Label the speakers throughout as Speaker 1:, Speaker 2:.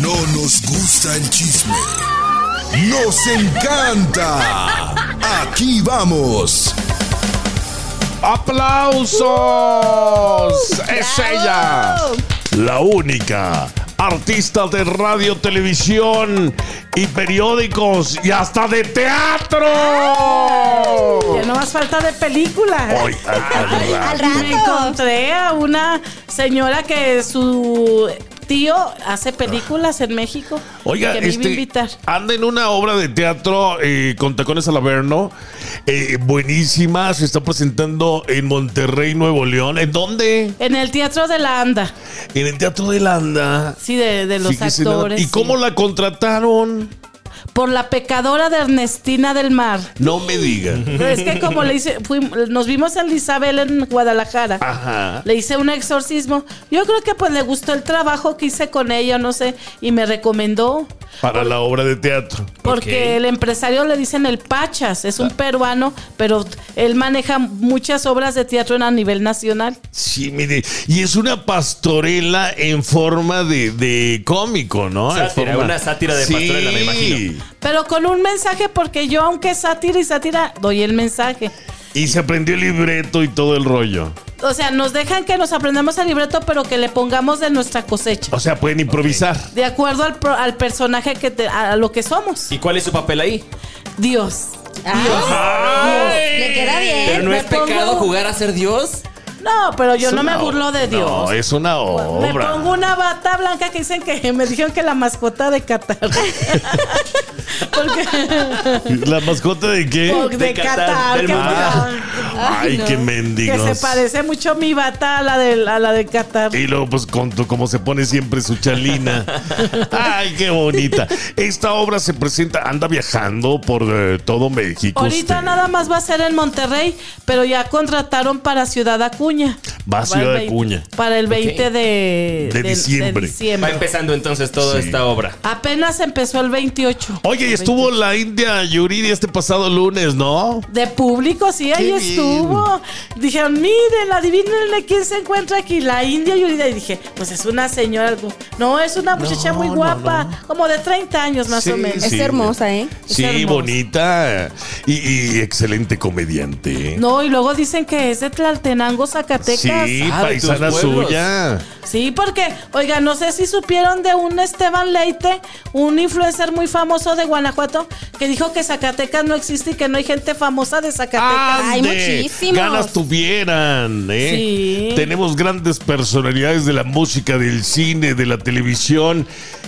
Speaker 1: No nos gusta el chisme. Nos encanta. Aquí vamos.
Speaker 2: ¡Aplausos! es ella,
Speaker 3: ¡Bravo!
Speaker 2: la única artista de radio, televisión y periódicos y hasta de teatro.
Speaker 4: Ya no más falta de películas.
Speaker 2: Oh. Hoy, al- al-
Speaker 3: Al
Speaker 4: Me
Speaker 3: rato.
Speaker 4: encontré a una señora que su tío hace películas en México.
Speaker 2: Oiga,
Speaker 4: que me iba a
Speaker 2: este,
Speaker 4: invitar.
Speaker 2: anda en una obra de teatro eh, con tacones al averno, eh, buenísima, se está presentando en Monterrey, Nuevo León. ¿En dónde?
Speaker 4: En el Teatro de la Anda.
Speaker 2: En el Teatro de Landa.
Speaker 4: Sí, de, de los
Speaker 2: Fíjese nada-
Speaker 4: actores.
Speaker 2: ¿Y cómo
Speaker 4: sí.
Speaker 2: la contrataron?
Speaker 4: Por la pecadora de Ernestina del Mar.
Speaker 2: No me digan.
Speaker 4: Pero es que como le hice, fuim- nos vimos en Isabel en Guadalajara.
Speaker 2: Ah. Ajá.
Speaker 4: Le hice un exorcismo. Yo creo que pues le gustó el trabajo que hice con ella, no sé, y me recomendó.
Speaker 2: Para la obra de teatro.
Speaker 4: Porque
Speaker 3: Ok.
Speaker 4: el empresario le dicen el Pachas, es
Speaker 2: Ah.
Speaker 4: un peruano, pero él maneja muchas obras de teatro en- a nivel nacional.
Speaker 2: Sí, mire. Y es una pastorela en forma de, de cómico, ¿no? En
Speaker 5: Sátira,
Speaker 2: forma-
Speaker 5: una sátira de pastorela, me imagino.
Speaker 4: Pero con un mensaje, porque yo, aunque es sátira y sátira, doy el mensaje.
Speaker 2: Y se aprendió el libreto y todo el rollo.
Speaker 4: O sea, nos dejan que nos aprendamos el libreto, pero que le pongamos de nuestra cosecha.
Speaker 2: O sea, pueden improvisar.
Speaker 4: De acuerdo al, pro- al personaje que te- a lo que somos.
Speaker 5: ¿Y cuál es su papel ahí?
Speaker 4: Dios.
Speaker 3: Ay, Le queda
Speaker 5: Pero
Speaker 3: bien.
Speaker 5: no
Speaker 4: me
Speaker 5: es pecado
Speaker 4: pongo-
Speaker 5: jugar a ser Dios.
Speaker 4: No, pero yo
Speaker 2: Es
Speaker 4: no me
Speaker 2: una o-
Speaker 4: burlo de Dios.
Speaker 2: No, es una
Speaker 4: Me
Speaker 2: obra.
Speaker 4: pongo una bata blanca que dicen que me dijeron que la mascota de Qatar. Porque
Speaker 2: ¿La mascota de
Speaker 4: de,
Speaker 2: qué?
Speaker 5: de Qatar,
Speaker 4: Qatar,
Speaker 5: del
Speaker 4: que,
Speaker 5: mar.
Speaker 2: Ay,
Speaker 3: no.
Speaker 2: qué
Speaker 4: que
Speaker 2: mendigos.
Speaker 4: se parece mucho mi bata a la de, a la de Qatar.
Speaker 2: Y luego, pues, con tu- como se pone siempre su chalina. Ay, qué bonita. Esta obra se presenta, anda viajando por eh, todo México.
Speaker 4: Ahorita
Speaker 2: usted.
Speaker 4: nada más va a ser en Monterrey, pero ya contrataron para Ciudad Acuña.
Speaker 2: Va a
Speaker 4: el
Speaker 2: Ah, Ciudad
Speaker 4: 20
Speaker 2: Acuña.
Speaker 4: Para el 20 de,
Speaker 2: De diciembre.
Speaker 4: diciembre.
Speaker 5: Va empezando entonces toda
Speaker 2: Sí.
Speaker 5: esta obra.
Speaker 4: Apenas empezó el 28.
Speaker 2: Oye, y estuvo la India Yuridia este pasado lunes, ¿no?
Speaker 4: De público, sí, ahí
Speaker 2: bien.
Speaker 4: estuvo. Dijeron, miren, adivínenle quién se encuentra aquí, la India Yuridia. Y dije, pues es una señora. algo- No, es una muchacha muy
Speaker 2: no,
Speaker 4: guapa, como de 30 años más
Speaker 2: Sí,
Speaker 4: o menos.
Speaker 3: Es
Speaker 2: sí.
Speaker 3: hermosa, ¿eh?
Speaker 4: Es
Speaker 2: sí,
Speaker 4: hermosa.
Speaker 2: bonita y, y excelente comediante.
Speaker 4: No, y luego dicen que es de Tlaltenango, Zacatecas.
Speaker 2: sí,
Speaker 5: Ah, de
Speaker 2: paisana
Speaker 5: tus pueblos.
Speaker 2: suya.
Speaker 4: Sí, porque, oiga, no sé si supieron de un Esteban Leite, un influencer muy famoso de Guanajuato, que dijo que Zacatecas no existe y que no hay gente famosa de
Speaker 5: Ah,
Speaker 4: Zacatecas.
Speaker 3: Hay
Speaker 2: ¡Ande!
Speaker 3: muchísimos.
Speaker 2: Ganas tuvieran, ¿eh?
Speaker 4: Sí.
Speaker 2: Tenemos grandes personalidades de la música, del cine, de la televisión,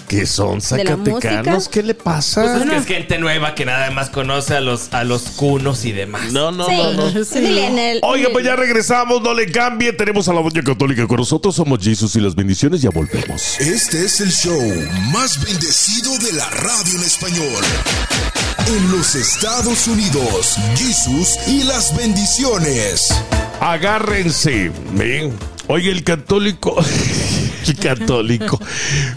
Speaker 2: que son
Speaker 3: ¿De la
Speaker 2: zacatecanos.
Speaker 3: música?
Speaker 2: ¿Qué le pasa?
Speaker 5: Pues es que es gente nueva que nada más conoce a los, a los cunos y demás.
Speaker 2: no, no,
Speaker 3: Sí.
Speaker 2: no, no.
Speaker 4: no.
Speaker 3: Dile en el-
Speaker 2: Oiga, pues ya regresamos, no le cambie. Tenemos a la Doña Católica con nosotros. Somos Jesús y las bendiciones, ya volvemos.
Speaker 1: Este es el show más bendecido de la radio en español. En los Estados Unidos, Jesús y las bendiciones.
Speaker 2: Agárrense. ¿eh? Oiga, el católico. El católico.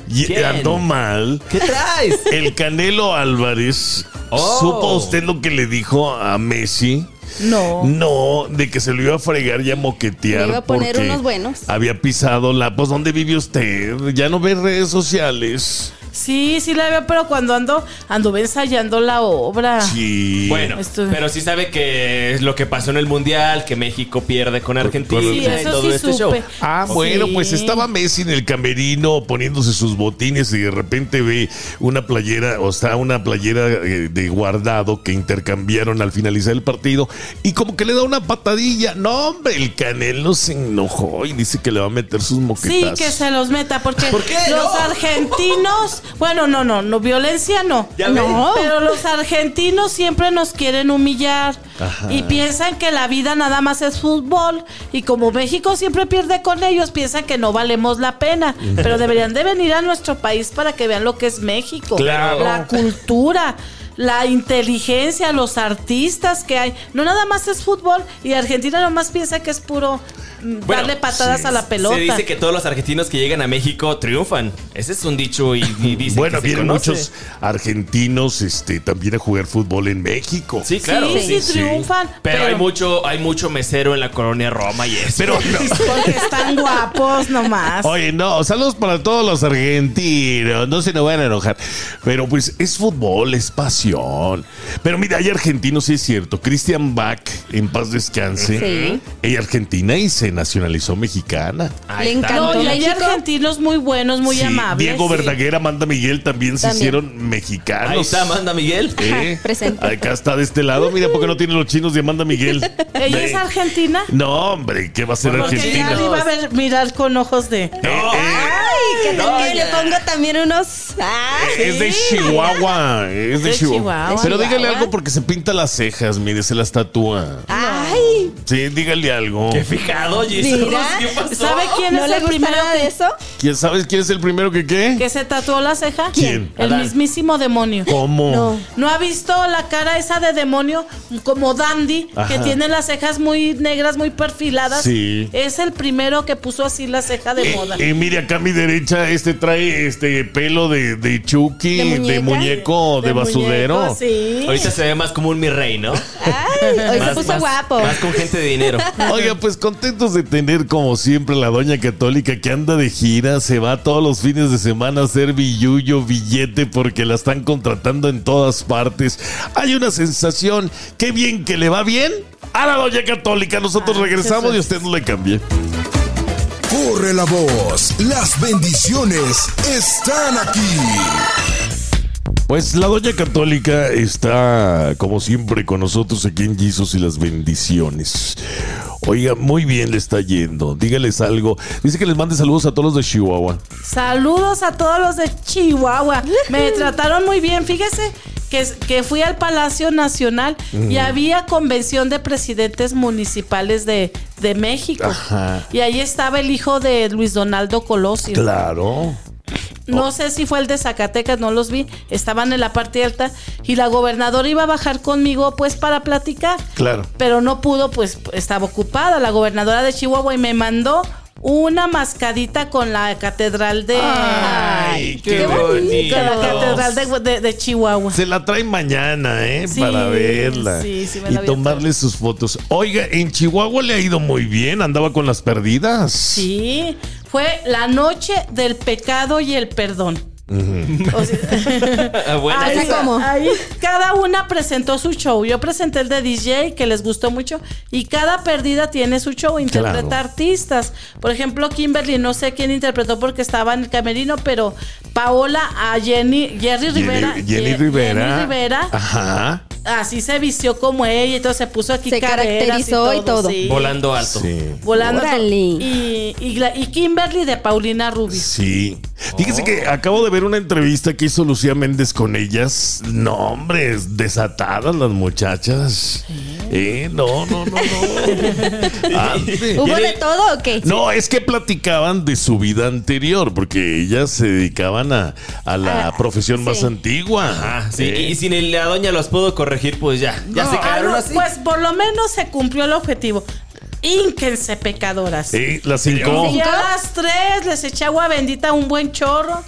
Speaker 2: y-
Speaker 5: ¿Quién?
Speaker 2: Andó mal.
Speaker 5: ¿Qué traes?
Speaker 2: El Canelo Álvarez,
Speaker 5: Oh.
Speaker 2: ¿supo usted lo que le dijo a Messi?
Speaker 4: No.
Speaker 2: No, de que se lo iba a fregar y a moquetear.
Speaker 3: Le iba a poner
Speaker 2: porque
Speaker 3: unos buenos.
Speaker 2: Había pisado la. Pues, ¿dónde vive usted? Ya no ve redes sociales.
Speaker 4: Sí, sí la veo, pero cuando ando, anduve ensayando la obra.
Speaker 3: Ah.
Speaker 2: Sí.
Speaker 5: Bueno,
Speaker 4: Esto-
Speaker 5: pero sí sabe que es lo que pasó en el Mundial, que México pierde con Argentina
Speaker 2: con-
Speaker 4: Sí,
Speaker 5: y
Speaker 4: eso
Speaker 5: todo
Speaker 4: sí
Speaker 5: este
Speaker 4: supe.
Speaker 5: show.
Speaker 2: Ah,
Speaker 4: Sí.
Speaker 2: bueno, pues estaba Messi en el camerino poniéndose sus botines y de repente ve una playera, o sea, una playera eh, de guardado que intercambiaron al finalizar el partido y como que le da una patadilla. No, hombre, el Canelo se enojó y dice que le va a meter sus
Speaker 4: Sí,
Speaker 2: moquetazos.
Speaker 4: que se los meta, porque
Speaker 5: ¿Por qué?
Speaker 4: los
Speaker 5: No.
Speaker 4: argentinos, bueno, no, no, no, violencia no.
Speaker 5: Ya
Speaker 4: no.
Speaker 5: ven.
Speaker 4: Pero los argentinos siempre nos quieren humillar
Speaker 2: Ajá.
Speaker 4: y piensan que la vida nada más es fútbol. Y como México siempre pierde con ellos, piensan que no valemos la pena. Pero deberían de venir a nuestro país para que vean lo que es México.
Speaker 2: Claro.
Speaker 4: La cultura. la inteligencia, los artistas que hay. No nada más es fútbol y Argentina nomás piensa que es puro mm,
Speaker 5: Bueno,
Speaker 4: darle patadas a la pelota.
Speaker 5: Se dice que todos los argentinos que llegan a México triunfan. Ese es un dicho y, y dicen
Speaker 2: Bueno,
Speaker 5: que se
Speaker 2: vienen
Speaker 5: conoce.
Speaker 2: muchos argentinos este, también a jugar fútbol en México.
Speaker 5: Sí, claro.
Speaker 4: sí, sí,
Speaker 5: sí.
Speaker 4: triunfan.
Speaker 5: Pero, hay mucho, hay mucho mesero en la colonia Roma y eso.
Speaker 2: Pero, no.
Speaker 4: Porque están guapos nomás.
Speaker 2: Oye, no, saludos para todos los argentinos, no se nos van a enojar. Pero pues es fútbol, es pasión. Pero mira, hay argentinos, sí es cierto. Christian Bach, en paz descanse,
Speaker 3: Sí.
Speaker 2: ella argentina y se nacionalizó mexicana.
Speaker 5: Ahí
Speaker 3: Le
Speaker 5: está.
Speaker 3: encanta.
Speaker 4: No, y
Speaker 3: ¿Tanto
Speaker 4: hay
Speaker 3: México?
Speaker 4: argentinos muy buenos, muy
Speaker 2: Sí,
Speaker 4: amables.
Speaker 2: Diego
Speaker 4: sí.
Speaker 2: Verdaguer, Amanda Miguel también, se
Speaker 3: También.
Speaker 2: hicieron mexicanos.
Speaker 5: Ahí está Amanda Miguel.
Speaker 2: ¿Eh?
Speaker 3: Ajá, presente.
Speaker 2: Acá está de este lado, mira porque no tiene los chinos de Amanda Miguel.
Speaker 4: Ella es
Speaker 2: Ve.
Speaker 4: argentina.
Speaker 2: No, hombre, ¿qué va a ser
Speaker 5: Porque
Speaker 4: Porque
Speaker 2: Argentina? Eh,
Speaker 4: ya le iba a ver, mirar con ojos de.
Speaker 5: No.
Speaker 3: Ay, que tal
Speaker 5: No, ya.
Speaker 3: que le pongo también unos. ah, Ay,
Speaker 2: Es de Chihuahua, es de,
Speaker 4: De
Speaker 2: Chihuahua.
Speaker 4: Chihuahua.
Speaker 2: Pero dígale
Speaker 3: Chihuahua.
Speaker 2: algo porque se pinta las cejas, mire, se las tatúa.
Speaker 3: ay,
Speaker 2: Sí, dígale algo.
Speaker 5: Qué fijado, Jesus.
Speaker 3: Mira,
Speaker 5: ¿Qué pasó?
Speaker 4: ¿Sabe quién
Speaker 3: ¿no
Speaker 4: es
Speaker 3: le
Speaker 4: el
Speaker 3: gusta
Speaker 4: primero
Speaker 3: nada de eso?
Speaker 2: ¿Quién sabes quién es el primero que qué?
Speaker 4: que se tatuó la ceja?
Speaker 2: ¿Quién?
Speaker 4: El
Speaker 5: Adán.
Speaker 4: mismísimo demonio.
Speaker 2: ¿Cómo?
Speaker 3: No.
Speaker 4: ¿No ha visto la cara esa de demonio como Dandy, que
Speaker 2: Ajá.
Speaker 4: tiene las cejas muy negras, muy perfiladas?
Speaker 2: Sí.
Speaker 4: Es el primero que puso así la ceja de
Speaker 2: Eh,
Speaker 4: moda.
Speaker 2: eh, mire, acá a mi derecha, este trae este pelo de, de Chucky,
Speaker 3: ¿De
Speaker 2: de,
Speaker 3: muñeca?
Speaker 2: muñeco, de, basudero.
Speaker 4: muñeco, sí.
Speaker 5: Ahorita se ve más como un mi rey, ¿no?
Speaker 3: Ay, hoy se
Speaker 5: Más-
Speaker 3: puso
Speaker 5: más-
Speaker 3: guapo.
Speaker 5: Más con gente de dinero.
Speaker 2: Oiga, pues contentos de tener como siempre la doña católica que anda de gira, se va todos los fines de semana a hacer billuyo, billete, porque la están contratando en todas partes. Hay una sensación, qué bien que le va bien a la doña católica. Nosotros regresamos y usted no le cambie.
Speaker 1: Corre la voz, las bendiciones están aquí.
Speaker 2: Pues la doña católica está como siempre con nosotros aquí en Jesus y las bendiciones. Oiga, muy bien le está yendo. Dígales algo. Dice que les mande saludos a todos los de Chihuahua.
Speaker 4: Saludos a todos los de Chihuahua. Me trataron muy bien. Fíjese que, que fui al Palacio Nacional y había convención de presidentes municipales de, de México.
Speaker 2: Ajá.
Speaker 4: Y ahí estaba el hijo de Luis Donaldo Colosio.
Speaker 2: Claro.
Speaker 4: No sé si fue el de Zacatecas, no los vi. Estaban en la parte alta y la gobernadora iba a bajar conmigo pues para platicar.
Speaker 2: Claro.
Speaker 4: Pero no pudo, pues estaba ocupada la gobernadora de Chihuahua y me mandó una mascadita con la catedral de...
Speaker 5: Ay, qué
Speaker 3: Qué bonito.
Speaker 4: con la catedral
Speaker 5: bonito.
Speaker 4: de, de- de Chihuahua.
Speaker 2: Se la traen mañana, ¿eh?
Speaker 4: Sí,
Speaker 2: Para verla.
Speaker 4: sí, sí me la
Speaker 2: y
Speaker 4: voy a
Speaker 2: tomarle sus fotos. Oiga, en Chihuahua le ha ido muy bien. Andaba con las perdidas.
Speaker 4: Sí, fue la noche del pecado y el perdón. O sea-
Speaker 5: Ah, bueno.
Speaker 4: Ahí,
Speaker 3: esa como.
Speaker 4: ahí cada una presentó su show. Yo presenté el de DJ que les gustó mucho y cada perdida tiene su show, interpreta
Speaker 2: Claro.
Speaker 4: artistas. Por ejemplo, Kimberly, no sé quién interpretó porque estaba en el camerino, pero Paola a Jenny, Jerry
Speaker 2: Jenny-
Speaker 4: Rivera.
Speaker 2: Jenny,
Speaker 4: Ye-
Speaker 2: Rivera. Ah.
Speaker 4: Jenny Rivera,
Speaker 2: Ajá.
Speaker 4: así se vistió como ella, entonces se puso aquí
Speaker 3: Se
Speaker 4: caderas
Speaker 3: caracterizó y todo.
Speaker 4: sí.
Speaker 5: Volando alto.
Speaker 2: Sí.
Speaker 4: Volando.
Speaker 3: Órale.
Speaker 4: Y, y la- y Kimberly de Paulina Rubio.
Speaker 2: Sí.
Speaker 4: Oh.
Speaker 2: Fíjese que acabo de ver una entrevista que hizo Lucía Méndez con ellas. No, hombre, es desatadas las muchachas. Eh, no, no, no, no. Ande.
Speaker 3: ¿Hubo de todo o qué?
Speaker 2: No, es que platicaban de su vida anterior, porque ellas se dedicaban a, a la
Speaker 3: Ah,
Speaker 2: profesión más
Speaker 3: sí.
Speaker 2: antigua.
Speaker 5: Ah, sí.
Speaker 2: Eh,
Speaker 5: Y, y si ni la doña los puedo corregir, pues ya. Ya se quedaron
Speaker 4: Ah, no,
Speaker 5: así.
Speaker 4: Pues por lo menos se cumplió el objetivo. Ínquense pecadoras.
Speaker 2: eh, las cinco.
Speaker 4: Y a las tres les eché agua bendita un buen chorro.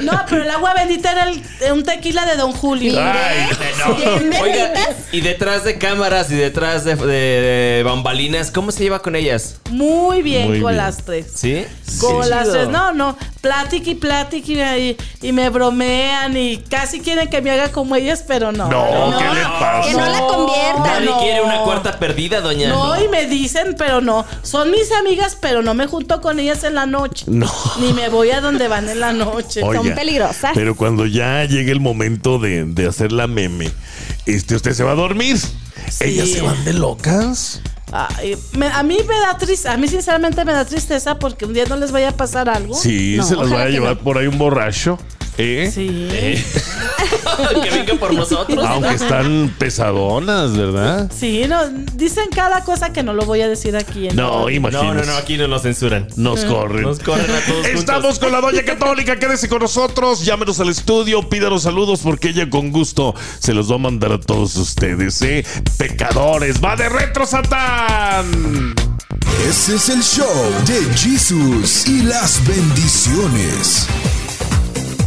Speaker 4: Y No, pero el agua bendita era el- eh, un tequila de Don Julio.
Speaker 2: Ay,
Speaker 3: Bien
Speaker 5: Oiga,
Speaker 3: benditas.
Speaker 5: y detrás de cámaras y detrás de, de- de bambalinas, ¿cómo se lleva con ellas?
Speaker 4: Muy bien
Speaker 2: Muy
Speaker 4: con
Speaker 2: bien.
Speaker 4: las tres.
Speaker 5: ¿Sí?
Speaker 4: Con
Speaker 5: Sí.
Speaker 4: las tres. No, no. Platic y platic y, y- y me bromean y casi quieren que me haga como ellas, pero no.
Speaker 2: No,
Speaker 3: No,
Speaker 2: ¿qué le pasa?
Speaker 3: que no la conviertan.
Speaker 5: Nadie
Speaker 4: No.
Speaker 5: quiere una cuarta perdida, doña.
Speaker 4: No, y me dicen, pero no. Son mis amigas, pero no me junto con ellas en la noche.
Speaker 2: No.
Speaker 4: Ni me voy a donde van en la noche.
Speaker 2: Oiga,
Speaker 3: son peligrosas.
Speaker 2: Pero cuando ya llegue el momento de, de hacer la meme, este, usted se va a dormir. Ellas se van de locas.
Speaker 4: Ay, me- a mí me da tristeza, a mí sinceramente me da tristeza porque un día no les vaya a pasar algo.
Speaker 2: Sí,
Speaker 3: No,
Speaker 2: se las
Speaker 3: ojalá
Speaker 2: va a
Speaker 3: que
Speaker 2: llevar por ahí un borracho. ¿Eh?
Speaker 4: Sí.
Speaker 5: que venga por nosotros.
Speaker 2: Aunque están pesadonas, ¿verdad?
Speaker 4: Sí, no, dicen cada cosa que no lo voy a decir aquí. ¿eh? en-
Speaker 2: No,
Speaker 5: No, no,
Speaker 2: imagínate.
Speaker 5: no, aquí no nos censuran.
Speaker 2: Nos
Speaker 3: Mm.
Speaker 2: corren.
Speaker 5: Nos corren a todos
Speaker 2: Estamos
Speaker 5: juntos.
Speaker 2: con la doña católica, quédese con nosotros, llámenos al estudio, pídanos saludos porque ella con gusto se los va a mandar a todos ustedes, ¿eh? Pecadores, va de retro Satán.
Speaker 1: Ese Este es el show de Jesús y las bendiciones.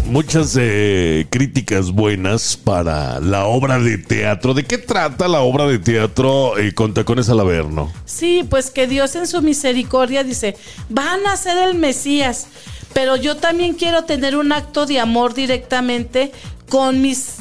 Speaker 2: Muchas eh, críticas buenas para la obra de teatro. ¿De qué trata la obra de teatro eh, con tacones al averno?
Speaker 4: Sí, pues que Dios en su misericordia dice, van a ser el Mesías, pero yo también quiero tener un acto de amor directamente con mis,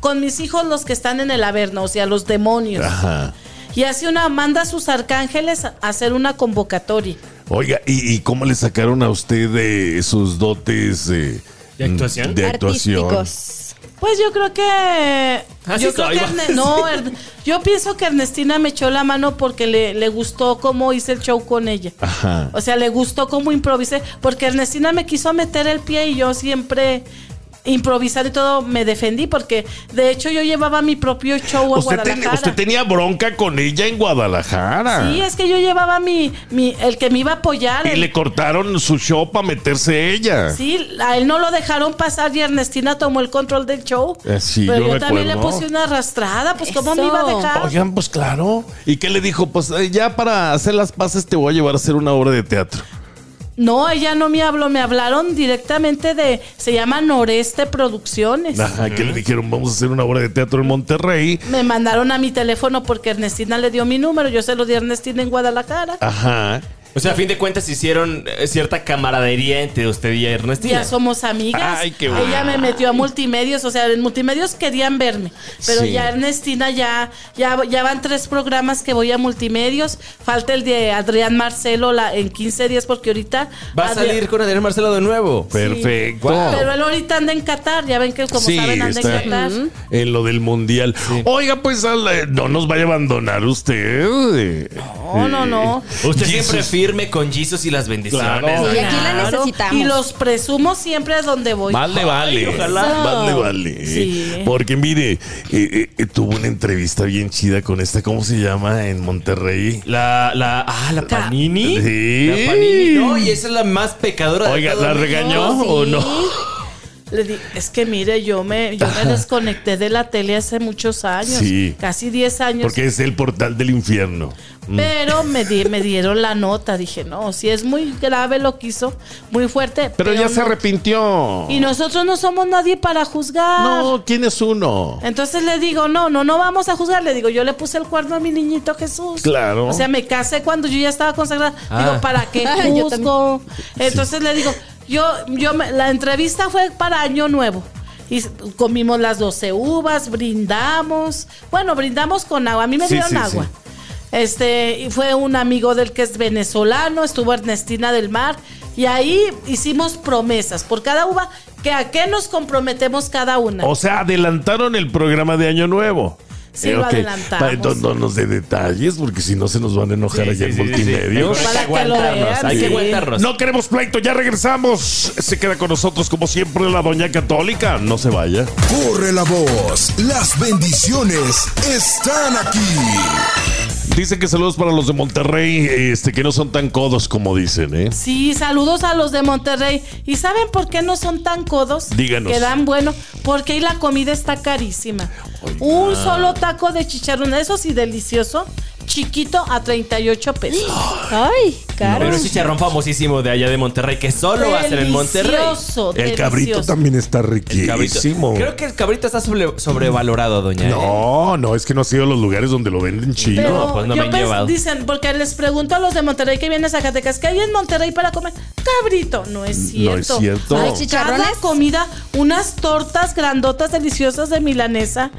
Speaker 4: con mis hijos los que están en el Averno, o sea, los demonios.
Speaker 2: Ajá.
Speaker 4: Y hace una, manda a sus arcángeles a hacer una convocatoria.
Speaker 2: Oiga, ¿y, y cómo le sacaron a usted eh, sus dotes eh,
Speaker 5: ¿De actuación?
Speaker 2: De actuación.
Speaker 3: Artísticos.
Speaker 4: Pues yo creo que.
Speaker 2: Ah,
Speaker 5: Así
Speaker 4: yo creo
Speaker 5: soy,
Speaker 4: que
Speaker 5: va.
Speaker 4: Erne- no, Erne- yo pienso que Ernestina me echó la mano porque le, le gustó cómo hice el show con ella.
Speaker 2: Ajá.
Speaker 4: O sea, le gustó cómo improvisé, porque Ernestina me quiso meter el pie y yo siempre improvisar y todo me defendí porque de hecho yo llevaba mi propio show a
Speaker 2: Usted, ten-
Speaker 4: Guadalajara.
Speaker 2: usted tenía bronca con ella en Guadalajara.
Speaker 4: Sí, es que yo llevaba mi, mi el que me iba a apoyar.
Speaker 2: Y
Speaker 4: el-
Speaker 2: le cortaron su show para meterse ella.
Speaker 4: Sí, a él no lo dejaron pasar y Ernestina tomó el control del show.
Speaker 2: Eh, sí,
Speaker 4: pero
Speaker 2: yo
Speaker 4: yo,
Speaker 2: me
Speaker 4: también le
Speaker 2: acuerdo.
Speaker 4: puse una arrastrada, pues cómo me iba a
Speaker 3: Eso.
Speaker 4: dejar.
Speaker 2: Oigan, pues claro. ¿Y qué le dijo? Pues eh, ya para hacer las paces te voy a llevar a hacer una obra de teatro.
Speaker 4: No, ella no me habló, me hablaron directamente de, se llama Noreste Producciones.
Speaker 2: Ajá, que le dijeron, vamos a hacer una obra de teatro en Monterrey.
Speaker 4: Me mandaron a mi teléfono porque Ernestina le dio mi número, yo se lo di a Ernestina en Guadalajara.
Speaker 2: Ajá.
Speaker 5: O sea, a fin de cuentas hicieron eh, cierta camaradería entre usted y Ernestina.
Speaker 4: Ya somos amigas.
Speaker 2: Ay, qué bueno.
Speaker 4: Ella me metió a multimedios, o sea, en multimedios querían verme, pero
Speaker 2: Sí.
Speaker 4: ya Ernestina ya, ya ya van tres programas que voy a multimedios. Falta el de Adrián Marcelo la, en 15 días porque ahorita
Speaker 5: Va a
Speaker 4: Adri- Ah,
Speaker 5: salir con Adrián Marcelo de nuevo.
Speaker 2: Perfecto.
Speaker 4: Pero él ahorita anda en Qatar, ya ven que como
Speaker 2: Oh. Sí,
Speaker 4: saben anda
Speaker 2: está
Speaker 4: en Qatar.
Speaker 2: en lo del mundial. Oiga, pues al- eh, no nos vaya a abandonar usted.
Speaker 4: No, no, no.
Speaker 5: Usted
Speaker 2: Jesus.
Speaker 5: siempre firme con Jesus y las bendiciones.
Speaker 2: Claro.
Speaker 5: ¿no?
Speaker 3: Y aquí la necesitamos.
Speaker 4: Y los presumo siempre a donde voy.
Speaker 2: Más le vale.
Speaker 5: ojalá.
Speaker 2: Más le vale.
Speaker 4: Sí.
Speaker 2: Porque mire, eh, eh, eh, tuvo una entrevista bien chida con esta, ¿cómo se llama? En Monterrey.
Speaker 5: La, la, ah, la Panini.
Speaker 2: Sí.
Speaker 5: La Panini. No, y esa es la más pecadora
Speaker 2: Oiga,
Speaker 5: de todo
Speaker 2: ¿la
Speaker 5: México.
Speaker 2: regañó o no?
Speaker 4: Le di- es que mire, yo me, yo me desconecté de la tele hace muchos años,
Speaker 2: Sí.
Speaker 4: casi 10 años.
Speaker 2: Porque es el portal del infierno. Mm.
Speaker 4: Pero me, di- me dieron la nota, dije, no, si es muy grave lo que hizo, muy fuerte.
Speaker 2: Pero ya se
Speaker 4: no.
Speaker 2: arrepintió.
Speaker 4: Y nosotros no somos nadie para juzgar.
Speaker 2: No, ¿quién es uno?
Speaker 4: Entonces le digo, no, no, no vamos a juzgar. Le digo, yo le puse el cuerno a mi niñito Jesús.
Speaker 2: Claro.
Speaker 4: O sea, me casé cuando yo ya estaba consagrada.
Speaker 5: Ah.
Speaker 4: Digo, ¿para qué
Speaker 3: Ay, yo
Speaker 4: juzgo? Entonces le digo, yo, yo, me- la entrevista fue para Año Nuevo. Y s- comimos las 12 uvas, brindamos. Bueno, brindamos con agua. A mí me
Speaker 2: Sí,
Speaker 4: dieron
Speaker 2: sí,
Speaker 4: agua.
Speaker 2: sí.
Speaker 4: Este, y fue un amigo del que es venezolano, estuvo Ernestina del Mar, y ahí hicimos promesas por cada uva, que a qué nos comprometemos cada una.
Speaker 2: O sea, adelantaron el programa de Año Nuevo. Eh,
Speaker 4: Sí, lo
Speaker 2: ok.
Speaker 4: adelantamos.
Speaker 2: Para- no- no nos dé detalles, porque si no se nos van a enojar
Speaker 5: Sí,
Speaker 2: allá
Speaker 5: sí,
Speaker 2: en
Speaker 5: sí, sí, sí.
Speaker 2: multimedios.
Speaker 5: Hay que
Speaker 4: Para que lo
Speaker 5: aguantarnos,
Speaker 4: vean,
Speaker 5: hay que
Speaker 4: sí.
Speaker 5: aguantarnos.
Speaker 2: No queremos pleito, ya regresamos. Se queda con nosotros, como siempre, la doña católica. No se vaya.
Speaker 1: Corre la voz, las bendiciones están aquí.
Speaker 2: Dice que saludos para los de Monterrey, este, que no son tan codos como dicen, ¿eh?
Speaker 4: Sí, saludos a los de Monterrey. ¿Y saben por qué no son tan codos?
Speaker 2: Díganos.
Speaker 4: Que dan bueno, porque ahí la comida está carísima. Un solo taco de chicharrón, eso sí, delicioso, chiquito a 38 pesos.
Speaker 3: Ay, caro.
Speaker 5: Pero un chicharrón famosísimo de allá de Monterrey que solo va a ser en Monterrey.
Speaker 4: Delicioso,
Speaker 2: El
Speaker 4: delicioso.
Speaker 2: cabrito también está
Speaker 5: El cabrito.
Speaker 2: riquísimo.
Speaker 5: Creo que el cabrito está sobre- sobrevalorado, doña. ¿eh?
Speaker 2: No, no, es que no ha sido los lugares donde lo venden chino.
Speaker 4: Pero
Speaker 5: No, pues no
Speaker 4: yo
Speaker 5: me han
Speaker 4: pens-
Speaker 5: llevado.
Speaker 4: Dicen, porque les pregunto a los de Monterrey que vienen a Zacatecas, ¿qué hay en Monterrey para comer? Cabrito. No es
Speaker 2: No es
Speaker 4: cierto.
Speaker 2: cierto.
Speaker 3: Ay, chicharrones.
Speaker 4: Cada comida, unas tortas grandotas deliciosas de milanesa.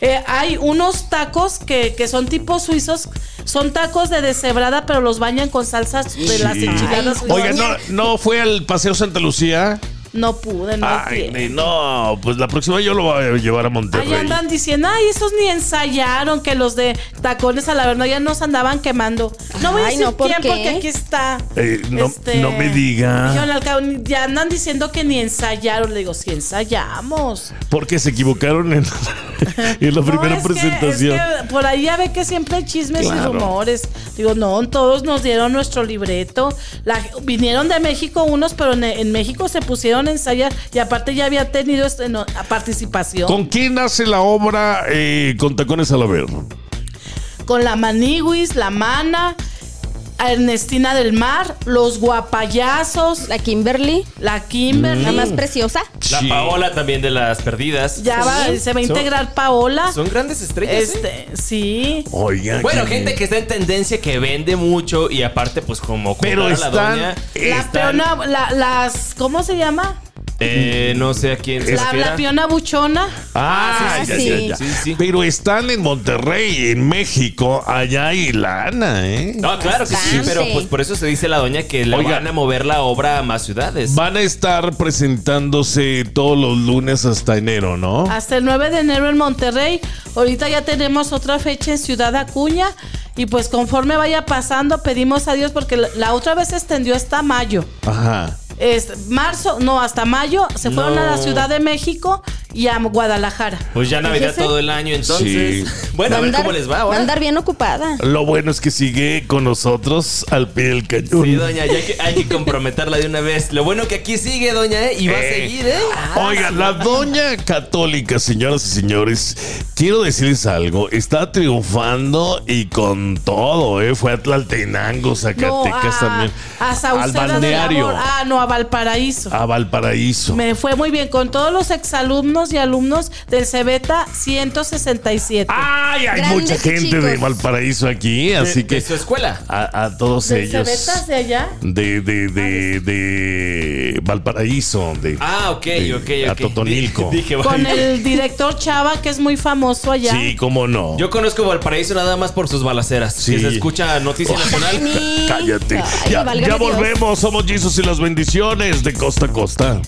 Speaker 4: Eh, hay unos tacos que, que son tipo suizos. Son tacos de deshebrada, pero los bañan con salsas de las
Speaker 2: Sí.
Speaker 4: enchiladas.
Speaker 3: Ay,
Speaker 4: suizas.
Speaker 2: Oiga, ¿no, ¿no fue al Paseo Santa Lucía?
Speaker 4: No pude, no
Speaker 2: Ay,
Speaker 4: fui.
Speaker 2: no, pues la próxima yo lo voy a llevar a
Speaker 4: Ahí
Speaker 2: Monterrey.
Speaker 4: andan diciendo, ay, esos ni ensayaron que los de tacones a la verdad ya nos andaban quemando. No voy a
Speaker 3: Ay,
Speaker 4: decir
Speaker 3: no, ¿por
Speaker 4: quién
Speaker 3: qué?
Speaker 4: porque aquí está.
Speaker 2: Eh, no- no me diga.
Speaker 4: dijeron al cabo, ni- ya andan diciendo que ni ensayaron. Le digo, sí ensayamos.
Speaker 2: Porque se equivocaron en, en la
Speaker 4: No,
Speaker 2: primera
Speaker 4: es que-
Speaker 2: presentación.
Speaker 4: es que por ahí ya ve que siempre hay chismes y
Speaker 2: Claro.
Speaker 4: rumores. Digo, no, todos nos dieron nuestro libreto. La- vinieron de México unos, pero en, en México se pusieron a ensayar y aparte ya había tenido este, no, participación.
Speaker 2: ¿Con quién hace la obra eh, con tacones a la ver?
Speaker 4: con la Maniguis, la Mana, a Ernestina del Mar, los guapayazos,
Speaker 3: La Kimberly,
Speaker 4: la Kimberly.
Speaker 3: la más preciosa.
Speaker 5: La
Speaker 2: Sí.
Speaker 5: Paola también de las perdidas.
Speaker 4: Ya va,
Speaker 3: Sí.
Speaker 4: se va a
Speaker 5: Son-
Speaker 4: integrar Paola.
Speaker 5: Son grandes estrellas. ¿eh?
Speaker 4: Este, sí.
Speaker 2: Oigan.
Speaker 5: Bueno,
Speaker 2: que-
Speaker 5: gente que está en tendencia, que vende mucho y aparte, pues como
Speaker 2: Pero
Speaker 5: comprar a
Speaker 2: están-
Speaker 4: La
Speaker 5: están,
Speaker 4: peona, la- las, ¿cómo se llama?
Speaker 5: eh, no sé a quién se
Speaker 4: La,
Speaker 5: refiera.
Speaker 4: la peona buchona.
Speaker 2: Ah,
Speaker 3: Ah,
Speaker 2: ya,
Speaker 3: sí.
Speaker 2: ya, ya.
Speaker 5: Sí, sí.
Speaker 2: Pero están en Monterrey, en México, allá hay lana, ¿eh?
Speaker 5: No, claro que sí,
Speaker 3: Bastante.
Speaker 5: pero pues por eso se dice la doña que le
Speaker 2: Oiga.
Speaker 5: van a mover la obra a más ciudades.
Speaker 2: Van a estar presentándose todos los lunes hasta enero, ¿no?
Speaker 5: Ah.
Speaker 4: Hasta el 9 de enero en Monterrey. Ahorita ya tenemos otra fecha en Ciudad Acuña. Y pues conforme vaya pasando, pedimos a Dios, porque la, la otra vez se extendió hasta mayo.
Speaker 2: Ajá.
Speaker 4: Este, marzo, no, hasta mayo, se fueron
Speaker 5: No.
Speaker 4: a la Ciudad de México y a Guadalajara.
Speaker 5: Pues ya Navidad
Speaker 3: Fíjese.
Speaker 5: todo el año, entonces.
Speaker 2: Sí.
Speaker 5: Bueno, a ver cómo les va
Speaker 3: Va a
Speaker 5: ahora.
Speaker 3: andar bien ocupada.
Speaker 2: Lo bueno es que sigue con nosotros al pie del cañón.
Speaker 5: Sí, doña, ya que hay que comprometerla de una vez. Lo bueno que aquí sigue, doña, ¿eh? Y va a
Speaker 2: Eh.
Speaker 5: seguir, ¿eh?
Speaker 2: Oiga, la doña católica, señoras y señores, quiero decirles algo, está triunfando y con todo, ¿eh? Fue a Tlaltenango,
Speaker 4: No,
Speaker 2: Zacatecas
Speaker 4: a,
Speaker 2: también,
Speaker 4: a
Speaker 2: al
Speaker 4: Sauceda del
Speaker 2: balneario, Ah,
Speaker 4: Amor. Ah, no, a Valparaíso.
Speaker 2: a Valparaíso.
Speaker 4: Me fue muy bien con todos los exalumnos y alumnos del Cebeta 167.
Speaker 2: ¡Ay! Hay
Speaker 3: Grandes
Speaker 2: mucha
Speaker 3: y
Speaker 2: gente de
Speaker 3: chicos.
Speaker 2: Valparaíso aquí,
Speaker 5: De-
Speaker 2: así
Speaker 5: de
Speaker 2: que
Speaker 5: su escuela.
Speaker 2: a, a todos
Speaker 4: ¿Del
Speaker 2: ellos.
Speaker 4: Cebeta de allá?
Speaker 2: De, de, de, de Valparaíso, de,
Speaker 5: Ah, ok,
Speaker 2: de-
Speaker 5: ok, ok.
Speaker 2: a Totonilco.
Speaker 5: Dije,
Speaker 4: Con
Speaker 5: vaya.
Speaker 4: el director Chava, que es muy famoso allá.
Speaker 2: Sí, cómo no.
Speaker 5: Yo conozco Valparaíso nada más por sus balaceras.
Speaker 2: Sí.
Speaker 5: Si se escucha Noticia Nacional.
Speaker 3: Dani.
Speaker 2: Cállate.
Speaker 3: Ay,
Speaker 2: ya
Speaker 3: válgame
Speaker 2: ya
Speaker 3: Dios.
Speaker 2: volvemos. Somos Jesús y las bendiciones de costa a costa.